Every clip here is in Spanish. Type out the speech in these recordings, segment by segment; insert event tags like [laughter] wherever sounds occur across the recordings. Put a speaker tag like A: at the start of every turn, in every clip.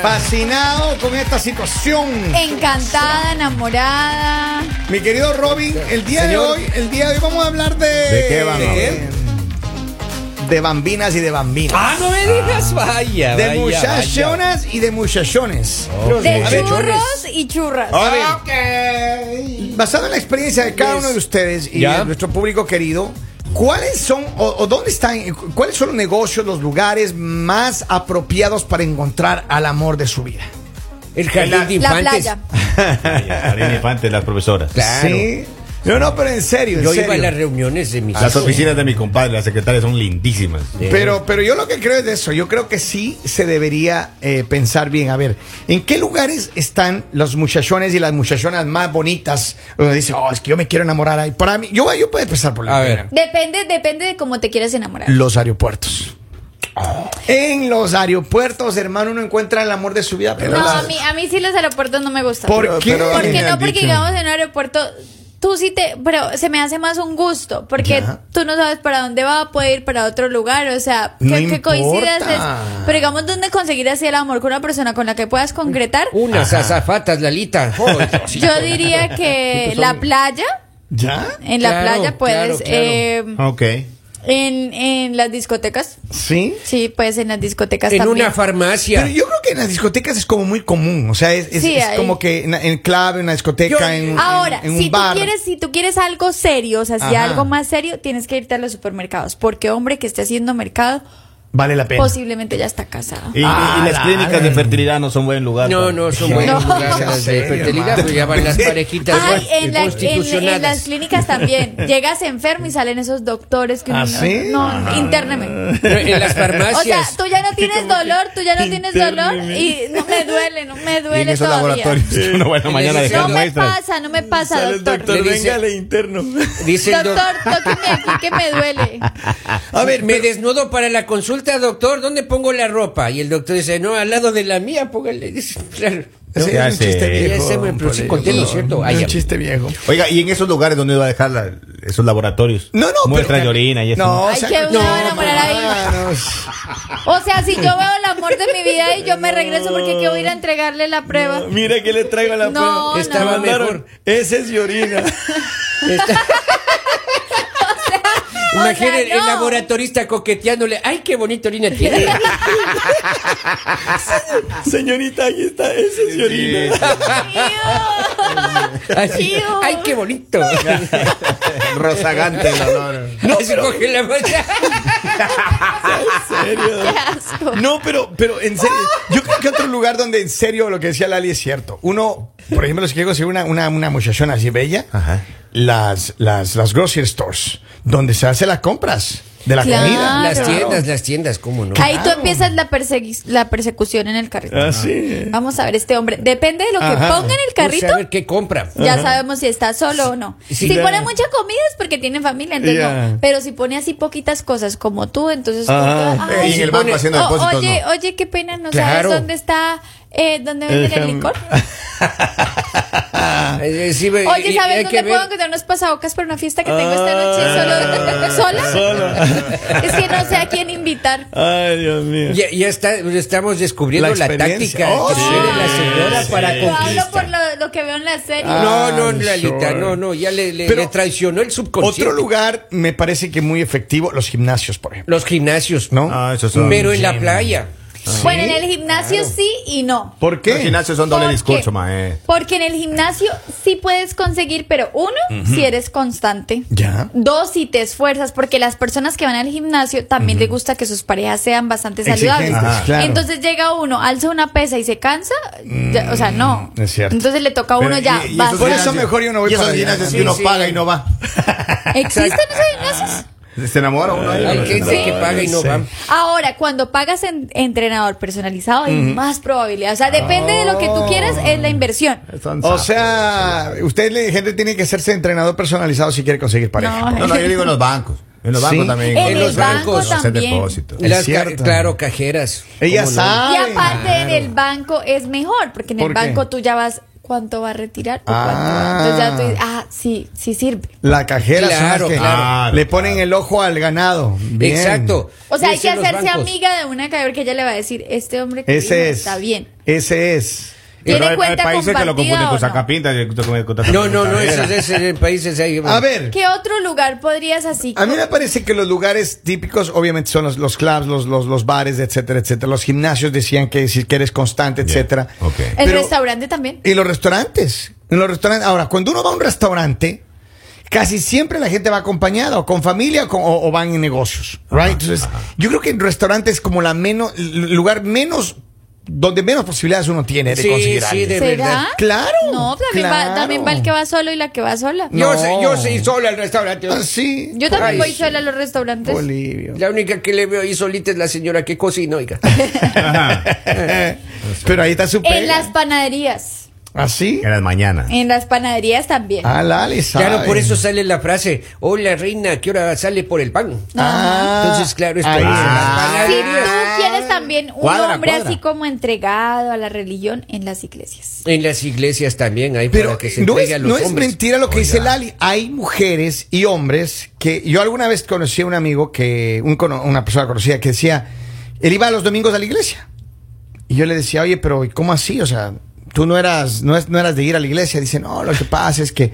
A: fascinado con esta situación.
B: Encantada, enamorada.
A: Mi querido Robin, el día
C: Señor.
A: de hoy, el día de hoy vamos a hablar de.
D: ¿De qué van a hablar?
A: de-
D: De bambinas y de bambinas.
C: Ah, no me digas, vaya.
A: De
C: vaya, vaya.
A: muchachonas y de muchachones.
B: De
C: A ver,
D: [laughs]
B: churros y churras.
A: Basado en la experiencia de cada uno de ustedes y
C: Ya.
A: de nuestro público querido, ¿cuáles son o, o dónde están, eh, cu- cuáles son los negocios, los lugares más apropiados para encontrar al amor de su vida?
C: El jardín de
B: La
C: infantes.
B: playa.
D: Harina Infante, las profesoras.
C: Claro.
A: Sí. No, no, pero en serio, en
C: Yo
A: serio.
C: iba a las reuniones de mis
D: Las oficinas de mi compadre, las secretarias son lindísimas.
A: Pero, pero yo lo que creo es de eso. Yo creo que sí se debería eh, pensar bien. A ver, ¿en qué lugares están los muchachones y las muchachonas más bonitas? Donde dice, oh, es que yo me quiero enamorar ahí. Para mí, yo, yo puedo empezar por la
C: A
A: primera.
C: ver.
B: Depende, depende de cómo te quieras enamorar.
A: Los aeropuertos. En los aeropuertos, hermano, uno encuentra el amor de su vida. Pero
B: No,
A: las-
B: a mí, a mí sí los aeropuertos no me gustan.
A: ¿Por qué?
D: pero-
B: Porque
D: Me
B: no,
D: han
B: porque
D: dicho.
B: digamos en un aeropuerto, tú sí te, pero se me hace más un gusto, porque
A: Ya.
B: tú no sabes para dónde va, puede ir para otro lugar, o sea,
A: No
B: que, que coincidas es-
A: importa.
B: pero digamos dónde conseguir así el amor con una persona con la que puedas concretar,
C: Unas azafatas, Lalita. Oh, Dios.
B: yo diría que
C: Pues son-
B: la playa,
A: ¿Ya?
B: en la
C: Claro,
B: playa puedes,
C: claro, claro.
B: eh,
D: Ok.
B: en, en las discotecas,
A: Sí.
B: sí, pues en las discotecas
C: en
B: también.
C: una farmacia.
A: Pero yo creo que en las discotecas es como muy común. O sea, es, es-
B: Sí,
A: es
B: hay-
A: como que en, en clave, en la discoteca,
C: Yo-
A: en, en-
B: Ahora,
A: en un
B: si,
A: bar.
B: tú quieres, si tú quieres algo serio, o sea, si
A: Ajá.
B: algo más serio, tienes que irte a los supermercados. Porque hombre que esté haciendo mercado,
A: Vale la pena.
B: posiblemente ya está casado.
D: Y, y- y
A: Ah,
D: las
A: la-
D: clínicas de fertilidad no son buen lugar.
C: No,
D: para-
C: no, son buenos
B: No.
C: lugares las de
A: Serio,
C: fertilidad,
A: madre.
C: pero ya van las parejitas
B: Ay, en, la- en-
C: constitucionadas.
B: en las
A: [laughs]
B: clínicas también. Llegas enfermo y salen esos doctores que
A: ¿Ah,
B: uno no-
A: sí?
B: no, interneme.
C: Pero en las
B: O sea,
C: farmacias.
B: tú
A: [laughs]
B: ya no tienes dolor, tú ya no tienes dolor y no me duele, no me
D: [laughs] Y en
B: duele
D: esos
B: todavía.
D: laboratorios [laughs] que uno va en la mañana a dejar
B: No me
D: muestras.
B: pasa, no me pasa, doctor.
C: doctor, venga, le
A: interno.
C: dice el doc-
B: Doctor, tóqueme aquí que me duele.
C: A ver, me desnudo para la consulta, doctor. ¿Dónde pongo la ropa? Y el doctor dice, no, al lado de la mía, póngale. [laughs] Claro.
D: No,
A: Sí,
D: ya
A: es un chiste
D: sé.
A: viejo.
C: Ya sé, pero
A: hombre,
C: sí conté, ¿no es cierto?
A: Es
C: Ay,
A: un chiste viejo.
D: Oiga, ¿y en esos lugares donde iba a dejar la- esos laboratorios?
A: No, no,
D: Muestras
A: pero-
D: de orina y eso.
A: No,
B: Ay, que uno va a enamorar ahí.
A: hermanos.
B: O sea, si yo veo el amor de mi vida y yo me regreso porque quiero ir a entregarle la prueba.
E: Mira que le traigo a la
B: No,
E: Me
C: Estaba
B: no.
E: mandaron.
C: mejor.
E: Ese es de orina.
C: Está- Imaginen
B: sea, no.
C: el laboratorista coqueteándole. ¡Ay, qué bonita
B: [laughs]
C: orina tiene!
E: Señorita, aquí está. Ese es de orina.
C: Así,
B: Ew.
C: ¡Ay,
A: [laughs]
C: qué bonito!
D: Rozagante el olor.
C: No, se coge la bolsa.
B: Qué asco.
A: No, pero, pero en serio, yo creo que otro lugar donde en serio lo que decía Lali es cierto. Uno, por ejemplo, si quiero conseguir una, una, una muchachona así bella,
D: Ajá.
A: las, las, las grocery stores, donde se hace las compras de la
B: Claro.
A: comida.
C: Las tiendas, las tiendas, ¿cómo no?
B: Ah, Ahí tú empiezas la, persegui- la persecución en el carrito.
E: Así.
B: Vamos a ver este hombre. Depende de lo que
A: Ajá.
B: ponga en el
C: Vamos
B: carrito.
C: a ver qué compra.
B: Ya sabemos si está solo o no.
C: Sí,
B: si
C: claro.
B: pone mucha comida es porque tiene familia, entonces
E: Ya.
B: no. Pero si pone así poquitas cosas como tú, entonces.
E: Ah.
B: como que,
D: Y en el banco haciendo
B: o-
D: depósitos,
B: Oye,
D: no.
B: oye, qué pena, no
C: Claro.
B: sabes dónde está, eh, dónde venden el
E: Déjame.
B: licor.
C: Eh, eh, sí, ve-
B: Oye,
C: y- y
B: ¿sabes
C: hay
B: dónde
C: que ver.
B: puedo encontrar unos pasabocas para una fiesta que tengo esta
C: Ah,
B: noche? ¿Solo? ¿Sola? [laughs] Es que no sé a quién invitar.
C: Ah,
E: Ay, Dios mío.
C: Ya, ya está, estamos descubriendo
A: La
C: la,
A: experiencia.
C: táctica
A: Oh,
C: que tiene
B: sí,
C: la señora
B: Ah, sí.
C: para
B: Yo hablo
C: conquistar.
B: por lo, lo que veo en la serie.
C: No, no,
A: Ah,
C: Lalita,
A: sure.
C: no, no, ya le, le-
A: Pero
C: le traicionó el subconsciente.
A: Otro lugar me parece que muy efectivo, los gimnasios, por ejemplo.
C: Los gimnasios,
A: ¿No?
D: Ah, esos son.
C: Pero en la playa.
B: Bueno, en el gimnasio sí y no.
A: ¿Por
D: Los
A: qué?
D: gimnasios son doble
B: Porque-
D: discurso, eh. mae.
B: Porque en el gimnasio sí puedes conseguir, pero uno, si eres constante.
A: Ya.
B: Dos, si te esfuerzas, porque las personas que van al gimnasio también les gusta que sus parejas sean bastante saludables.
A: Exigentes,
D: Ajá.
A: claro.
B: Entonces llega uno, alza una pesa y se cansa, ya, o sea, no.
A: Mm, es cierto.
B: Entonces le toca a uno
D: Pero,
B: ya,
D: y- y
B: basta.
D: esos
A: Por eso
D: gimnasios-
A: mejor yo no voy
D: y esos
A: para allá.
D: gimnasios
A: Sí,
D: que uno
C: sí.
D: paga y no va.
A: [laughs]
B: ¿Existen esos gimnasios?
D: Se enamora uno ahí.
C: Hay gente que paga y no
A: sí.
C: va.
B: Ahora, cuando pagas en entrenador personalizado, hay más probabilidad. O sea, depende de lo que tú quieras, es
A: Oh.
B: la inversión.
A: O sea, usted, le- gente, tiene que hacerse entrenador personalizado si quiere conseguir pareja.
B: No,
D: No, no, yo
A: [laughs]
D: digo en los bancos. En los
A: Sí.
D: bancos también.
B: En
C: el banco
D: Hacer
B: también.
D: depósitos.
A: Es
C: Las ca-
A: cierto.
C: claro, cajeras.
A: Ella
C: ¿Cómo no?
A: sabe.
B: Y aparte en el banco es mejor, porque en el
A: ¿Por qué?
B: banco tú ya vas cuánto va a retirar o
A: Ah.
B: cuánto va. Entonces ya tú dices, ah, sí, sí sirve.
A: La cajera son las
C: Claro,
A: que
D: claro.
A: le ponen el ojo al ganado. Bien.
C: Exacto.
B: O sea, hay que
C: Dicen los
B: hacerse
C: bancos.
B: amiga de una cajera que ella le va a decir, este hombre que
A: Ese
B: vino
A: es.
B: está bien.
A: Ese es.
B: ¿Tiene
D: Pero hay, hay
B: cuenta
D: países que lo
B: compartida
D: confunden
B: o no?
D: con sacapintas. y con- con- con-
C: No, no, no,
D: contadera.
C: esos es en países ahí.
A: A ver.
B: ¿Qué otro lugar podrías así?
A: A mí me parece que los lugares típicos, obviamente, son los, los clubs, los, los, los bares, etcétera, etcétera. Los gimnasios decían que si que eres constante, etcétera.
D: ok.
B: El
A: Pero-
B: restaurante también.
A: Y los restaurantes. En los restaurantes. Ahora, cuando uno va a un restaurante, casi siempre la gente va acompañada, o con familia, o, con- o- o van en negocios. Right? Entonces, yo creo que el restaurante es como la menos, el lugar menos, donde menos posibilidades uno tiene de
C: Sí,
A: conseguir
C: sí,
A: algo.
C: de
B: ¿Será?
C: verdad.
A: Claro,
B: No, también, Va,
A: claro.
B: también va el que va solo y la que va sola.
A: No.
C: Yo, sé- yo soy solo al restaurante.
A: Ah, sí.
B: Yo también
C: Ay,
B: voy
C: sí.
B: sola a los restaurantes.
A: Bolivia.
C: La única que le veo ahí solita es la señora que cocina, oiga.
A: [laughs] Pero ahí está su
B: En las
A: pega.
B: panaderías.
A: ¿Así?
D: En las mañanas.
B: En las panaderías también.
A: Ah, la le
C: Claro,
A: sabe.
C: por eso sale la frase, hola reina, ¿qué hora sale por el pan?
A: Ah,
C: Entonces, claro, esto
A: ahí
C: es
A: está.
C: las
B: Si
C: panaderías.
B: tú quieres también un
D: Cuadra,
B: hombre
D: cuadra.
B: así como entregado a la religión en las iglesias.
C: En las iglesias también hay
A: Pero
C: para que se
A: no,
C: entregue
A: es,
C: a los
A: no es
C: hombres.
A: mentira lo que dice Lali. Hay mujeres y hombres que yo alguna vez conocí a un amigo que, un cono- una persona conocida que decía, él iba los domingos a la iglesia. Y yo le decía, oye, pero ¿y ¿cómo así? O sea, tú no eras, no, es- no eras de ir a la iglesia. Dice, no, lo que pasa es que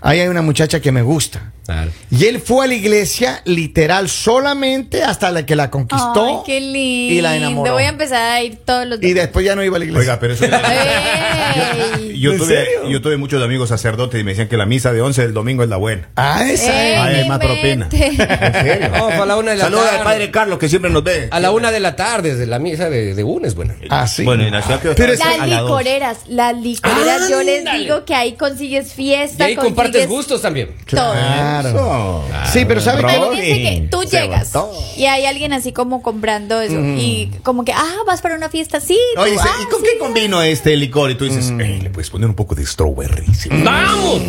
A: ahí hay una muchacha que me gusta.
C: Claro.
A: Y él fue a la iglesia literal solamente hasta la que la conquistó
B: Ay, qué lindo.
A: y la enamoró.
B: Voy a empezar a ir todos los
A: Y
B: días.
A: después ya no iba a la iglesia.
D: Oiga, pero eso.
B: ¡Ey!
D: Yo
E: ¿En
D: tuve,
E: serio?
D: yo tuve muchos amigos sacerdotes y me decían que la misa de 11 del domingo es la buena.
A: ah, esa.
B: ¡Ey,
A: es.
D: Ahí hay
B: no
D: más propina.
B: inventes!
D: [laughs]
C: No, para la una de la
D: Saluda
C: tarde.
D: al padre Carlos que siempre nos ve.
C: A la una de la tarde, de la misa de, de una es buena.
A: Ah, sí.
D: Bueno, en la ciudad que
A: Pero
B: Las
D: a la dos.
B: licoreras, las licoreras, yo les digo que ahí consigues
C: Y
B: fiesta.
C: ahí compartes
B: consigues
C: gustos también.
B: todo.
A: Claro.
D: Eso.
A: Sí, pero ¿sabe qué?
B: Imagínense que tú
D: Se
B: llegas
D: botó.
B: y hay alguien así como comprando eso y como que, ah, vas para una fiesta, sí. tú,
D: Oye, dice,
B: ah,
D: ¿y con
B: sí,
D: qué combino este licor? Y tú dices, "Ey, le puedes poner un poco de strawberry. Sí.
C: ¡Vamos!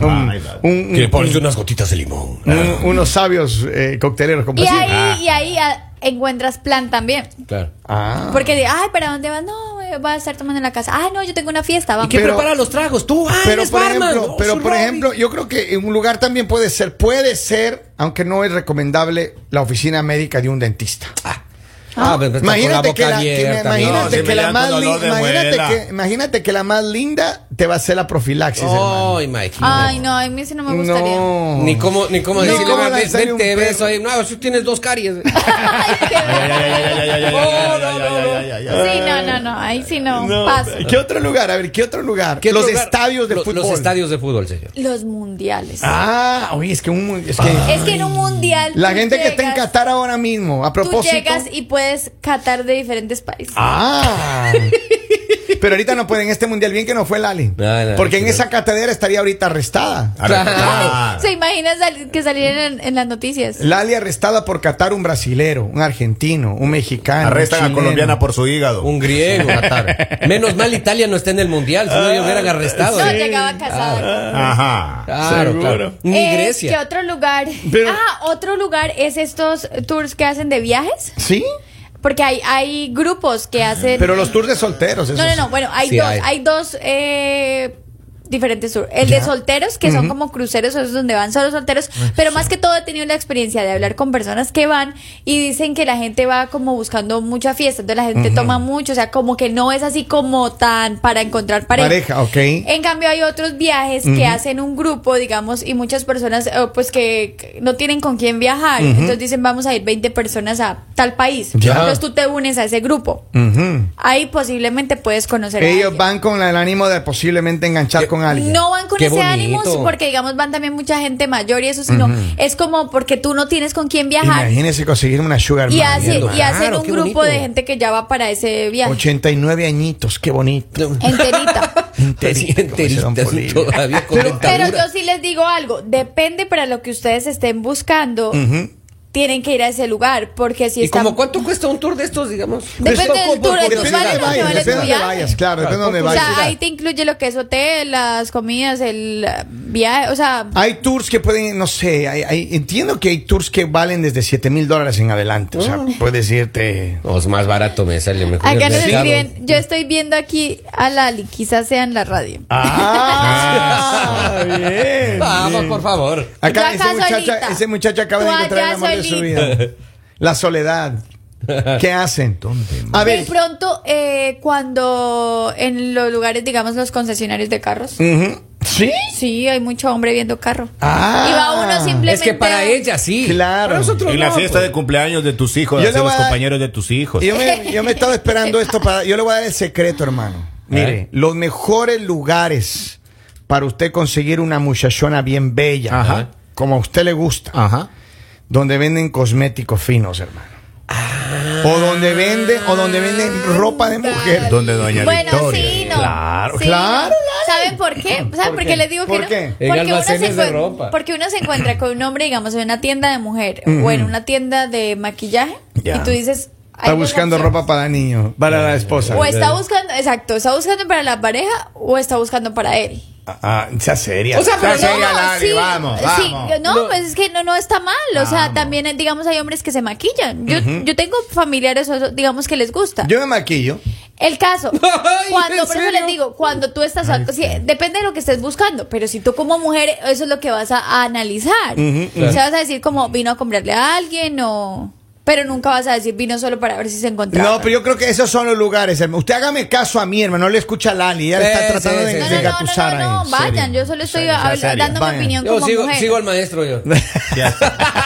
D: Ay, la-
A: Un-
C: Que le pones unas gotitas de limón.
A: Un- unos sabios eh, cocteleros como
B: Y
D: Pues
A: así.
B: ahí, y ahí ah, encuentras plan también.
C: Claro.
A: Ah.
B: Porque de, ay, ¿para dónde vas? No, eh, voy a estar tomando en la casa. Ay, no, yo tengo una fiesta,
C: ¿Y
B: vamos.
C: qué
A: Pero-
C: prepara los tragos? Tú, ah,
A: pero
C: eres
A: por
C: barman.
A: ejemplo,
C: No,
A: pero
C: soy
A: por
C: Robin.
A: ejemplo, yo creo que en un lugar también puede ser, puede ser, aunque no es recomendable la oficina médica de un dentista.
C: Ah, pero está con la
A: Imagínate
C: boca
A: que la, que-
C: abierta,
A: imagínate
D: No, si
A: que
D: me
A: la
D: dan
A: más
D: con
A: lin-
D: dolor de
A: imagínate
D: muela.
A: que- imagínate que la más linda te va a hacer la profilaxis. hermano.
C: No, imagínate.
B: Ay, no, a mí eso no me gustaría.
A: No.
C: Ni cómo, ni cómo
A: Ni
C: decirle,
A: cómo
C: "Ve,
A: lanzarle
C: ven,
A: un
C: te
A: perro.
C: beso ahí. No, si tienes dos caries.
B: Ay, qué
D: Ay, ay, ay, ay, ay, ay, ay,
C: No,
D: ay,
C: no,
D: ay,
C: no,
D: ay,
C: no.
D: ay, ay, ay, ay.
B: Sí, no, no, no, ahí sí no,
E: No,
B: paso.
A: ¿Qué otro lugar? A ver, ¿qué otro lugar?
C: ¿Qué
A: los
C: otro lugar?
A: estadios de
C: Lo-
A: fútbol.
C: Los estadios de fútbol, señor.
B: Los mundiales.
A: Ah, oye, es que un es que,
C: Ah.
B: Es que en un mundial.
A: la
B: tú
A: gente que está en
B: llegas-
A: Qatar ahora mismo, a
B: Tú
A: propósito.
B: llegas y puedes catar de diferentes países.
A: Ah. Pero ahorita no pueden este mundial bien que no fue
D: Ah,
A: Lali.
C: No, no,
A: porque
C: sí,
A: en
C: no.
A: esa catedral estaría ahorita arrestada.
D: A ver, claro.
B: ¿Se imagina sal- que salieran en, en las noticias?
A: Lali arrestada por Qatar un brasilero, un argentino, un mexicano.
D: Arrestan
A: un
D: a
A: chileno.
D: colombiana por su hígado.
C: Un griego. Qatar. Menos mal Italia no está en el mundial, si no le hubieran arrestado.
B: No,
C: ¿eh?
B: llegaba
D: Ah.
B: casada.
D: Ajá.
C: Claro,
E: Seguro.
C: claro. Ni
B: Eh,
C: Grecia.
B: ¿Qué otro lugar?
A: Pero-
B: ah, otro lugar es estos tours que hacen de viajes.
A: ¿Sí?
B: Porque hay, hay grupos que hacen.
A: Pero los tours de solteros.
B: No, no,
A: esos.
B: no. Bueno, hay
C: Sí,
B: dos,
C: hay.
B: hay, dos eh, diferentes tours. El de solteros, que son como cruceros, esos donde van solo
A: Ah,
B: solteros. Pero más que todo he tenido la experiencia de hablar con personas que van y dicen que la gente va como buscando mucha fiesta. Entonces la gente toma mucho. O sea, como que no es así como tan para encontrar pareja.
A: Pareja, ok.
B: En cambio hay otros viajes que hacen un grupo, digamos, y muchas personas eh, pues que que no tienen con quién viajar. Entonces dicen, vamos a ir 20 personas a tal país.
A: Ya.
B: Entonces tú te unes a ese grupo.
A: Ujú.
B: Ahí posiblemente puedes conocer a
A: Ellos
B: alguien.
A: van con el ánimo de posiblemente enganchar
D: Eh,
A: con alguien.
B: No van con
C: Qué
B: ese
C: bonito.
B: ánimo porque digamos van también mucha gente mayor y eso, sino es como porque tú no tienes con quién viajar
A: Imagínense conseguir una sugar
B: y,
A: mami,
B: hace,
A: hermano.
B: y hacen
C: Claro,
B: un
C: qué
B: grupo
C: bonito.
B: de gente que ya va para ese viaje
A: 89 añitos, qué bonito.
C: [laughs]
B: enterita.
C: Te sientes
A: Enterito, como dice Don Polibio.
C: todavía con
B: Pero
C: dentadura.
B: yo sí les digo algo, depende para lo que ustedes estén buscando, tienen que ir a ese lugar porque si
C: ¿Y
B: están
C: como cuánto cuesta un tour de estos, digamos?
B: Depende
C: Pues,
B: del
C: por-
B: tour, el
C: por
B: tour
C: curiosidad.
B: vale
A: Depende
B: lo que
A: de
B: vale tu
A: dónde
B: viaje.
A: vayas, claro, depende de dónde
B: o
A: vayas.
B: sea, ahí te incluye lo que es hotel, las comidas, el eh, viaje, o sea,
A: Hay tours que pueden, no sé, hay- hay- entiendo que hay tours que valen desde 7 mil dólares en adelante. O sea,
B: Mm.
A: puedes irte.
C: No, es más barato, me sale mejor. el
B: Acá nos
C: mercado.
B: escriben, yo estoy viendo aquí a Lali, quizás sea en la radio. [laughs]
A: ¡Ah! bien.
C: Vamos, por favor.
A: Acá
B: Yo
A: ese
B: acá
A: muchacha,
B: solita.
A: ese muchacha acaba de
B: Tú
A: encontrar el
B: allá [laughs]
A: amor de su
B: solita.
A: vida. La soledad. ¿Qué hacen? A
B: De
A: ver,
B: pronto, eh, cuando en los lugares, digamos, los concesionarios de carros.
A: ujú, ¿sí?
B: Sí, hay mucho hombre viendo carro.
A: Ah.
B: y va uno simplemente.
C: Es que para ella sí.
A: Claro.
C: Para nosotros
D: En la
C: no,
D: fiesta
C: pues.
D: de cumpleaños de tus hijos,
A: Yo
D: de
A: le voy
D: los
A: a dar-
D: compañeros de tus hijos.
A: Yo me, yo me he estado esperando esto para. Yo le voy a dar el secreto, hermano. Mire,
D: ¿Eh?
A: los mejores lugares para usted conseguir una muchachona bien bella, ¿eh?
D: Ajá.
A: como a usted le gusta,
D: Ajá.
A: donde venden cosméticos finos, hermano.
D: Ah.
A: O donde venden, o donde venden ropa de mujer.
D: Donde doña
B: bueno,
D: Victoria.
B: sí, no.
D: Claro,
B: Sí,
A: claro,
B: no. ¿Saben por qué? ¿Saben por,
A: qué?
B: qué les digo
A: ¿Por
B: que no?
A: qué? En
C: almacenes de
B: encuent-
C: ropa.
B: Porque uno se encuentra con un hombre, digamos, en una tienda de mujer o en una tienda de maquillaje
A: Ya.
B: y tú dices... hay
A: Está
B: dos
A: buscando
B: opciones.
A: ropa para niño, para la esposa.
B: O está buscando, exacto, está buscando para la pareja o está buscando para él.
A: Ah, sea seria.
C: O sea, pero
D: Sea
C: no,
D: seria, Lali,
B: sí,
D: vamos,
B: sí,
D: vamos.
B: no, pues es que no, no está mal. O sea, también, eh, digamos, hay hombres que se maquillan. Yo, yo tengo familiares, o eso, digamos, que les gusta.
A: Yo me maquillo.
B: El caso,
C: Ay,
B: cuando,
C: ¿en
B: por eso
C: serio?
B: les digo, cuando tú estás, sí, depende de lo que estés buscando, pero si tú como mujer, eso es lo que vas a, a analizar. O sea, vas a decir como vino a comprarle a alguien o... Pero nunca vas a decir vino solo para ver si se encontraba.
A: No, pero yo creo que esos son los lugares. hermano. Usted hágame caso a mí, hermano. No le escucha a Lali. Ella
C: Sí,
A: está tratando
C: sí,
A: de,
C: sí,
B: no,
A: de
C: sí.
B: no, no, no,
A: gatusar
B: no,
A: ahí.
B: vayan, yo solo estoy
A: Seria,
B: habla-
A: seria.
B: dando
A: Vayan.
B: mi opinión
C: Yo
B: como
C: sigo,
B: mujer.
C: sigo al
E: [laughs]
C: maestro yo.
B: [laughs]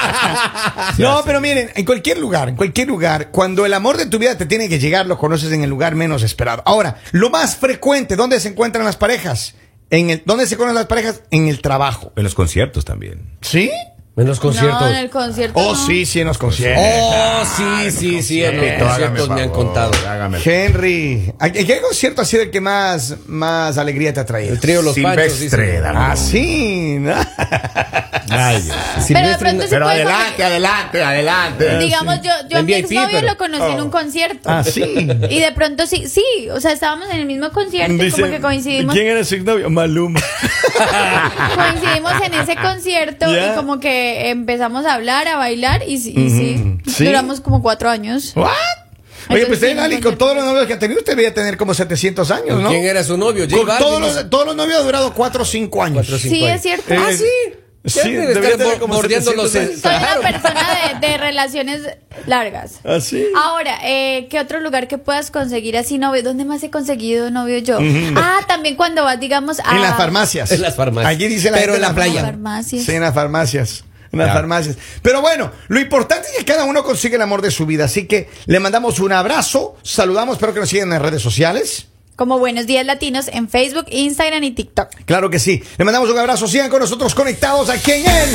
A: No, pero miren, en cualquier lugar, en cualquier lugar, cuando el amor de tu vida te tiene que llegar, lo conoces en el lugar menos esperado. Ahora, lo más frecuente, ¿dónde se encuentran las parejas? En el, ¿Dónde se conocen las parejas? En el trabajo.
D: En los conciertos también.
A: ¿Sí?
C: En los conciertos.
B: No, en el concierto.
A: Oh,
B: no.
A: sí, sí, en los conciertos.
D: Eh,
C: Oh, sí, sí, sí, en los
D: Pito, hágame
C: conciertos me han
D: favor,
C: contado.
D: hágame el-
A: Henry, ¿a- ¿qué concierto ha sido el que más, más alegría te ha traído?
C: El trío Los Panchos.
D: Silvestre,
C: dicen.
D: Damián.
A: Ah, sí. ¿no?
D: Ay, Dios.
B: Pero de
C: Silvestre,
B: pronto sí
D: Pero
B: puede
D: adelante, adelante, adelante.
B: Digamos, yo, yo a
C: En
B: mi
C: VIP,
B: exnovio
C: pero-
B: lo conocí en un concierto.
A: Ah, sí.
B: Y de pronto sí, sí, o sea, estábamos en el mismo concierto, y como
E: Dicen,
B: que coincidimos,
E: ¿Quién era su novio?
C: [laughs]
E: Maluma.
B: coincidimos en ese concierto
E: Ya.
B: y como que empezamos a hablar, a bailar y, sí- y sí,
E: Sí.
B: duramos como cuatro años.
A: ¿What? Oye,
B: Entonces,
A: pues
B: sí,
A: usted, Ali, con
B: entonces-
A: todos los novios que ha tenido, usted debía tener como 700 años, ¿no?
C: ¿Quién era su novio? J
A: Con
C: Balvin,
A: todos,
C: ¿no?
A: los, todos los novios ha durado 4 o 5 años.
C: Cuatro, cinco
B: Sí,
C: años.
B: es cierto.
C: Ah,
E: Eh,
C: sí. Ya
E: sí,
C: debe
E: debe
C: estar
E: tener
C: bo-
E: como
C: bordeando los
E: 700
B: Soy una
C: claro.
B: persona de, de relaciones largas.
A: ¿Ah,
E: Así.
B: Ahora, eh, ¿qué otro lugar que puedas conseguir así novio? ¿Dónde más he conseguido novio yo? Ah, también cuando vas, digamos, a...
A: En las farmacias.
C: En las farmacias.
A: Allí dice la
C: Pero
A: gente
C: en la
A: las
C: playa.
A: farmacias.
B: Farmacias.
A: Sí, en las farmacias. En las
D: Ya.
A: farmacias. Pero bueno, lo importante es que cada uno consigue el amor de su vida. Así que le mandamos un abrazo. Saludamos, espero que nos sigan en las redes sociales.
B: Como Buenos Días Latinos en Facebook, Instagram y TikTok.
A: Claro que sí. Le mandamos un abrazo. Sigan con nosotros conectados aquí en el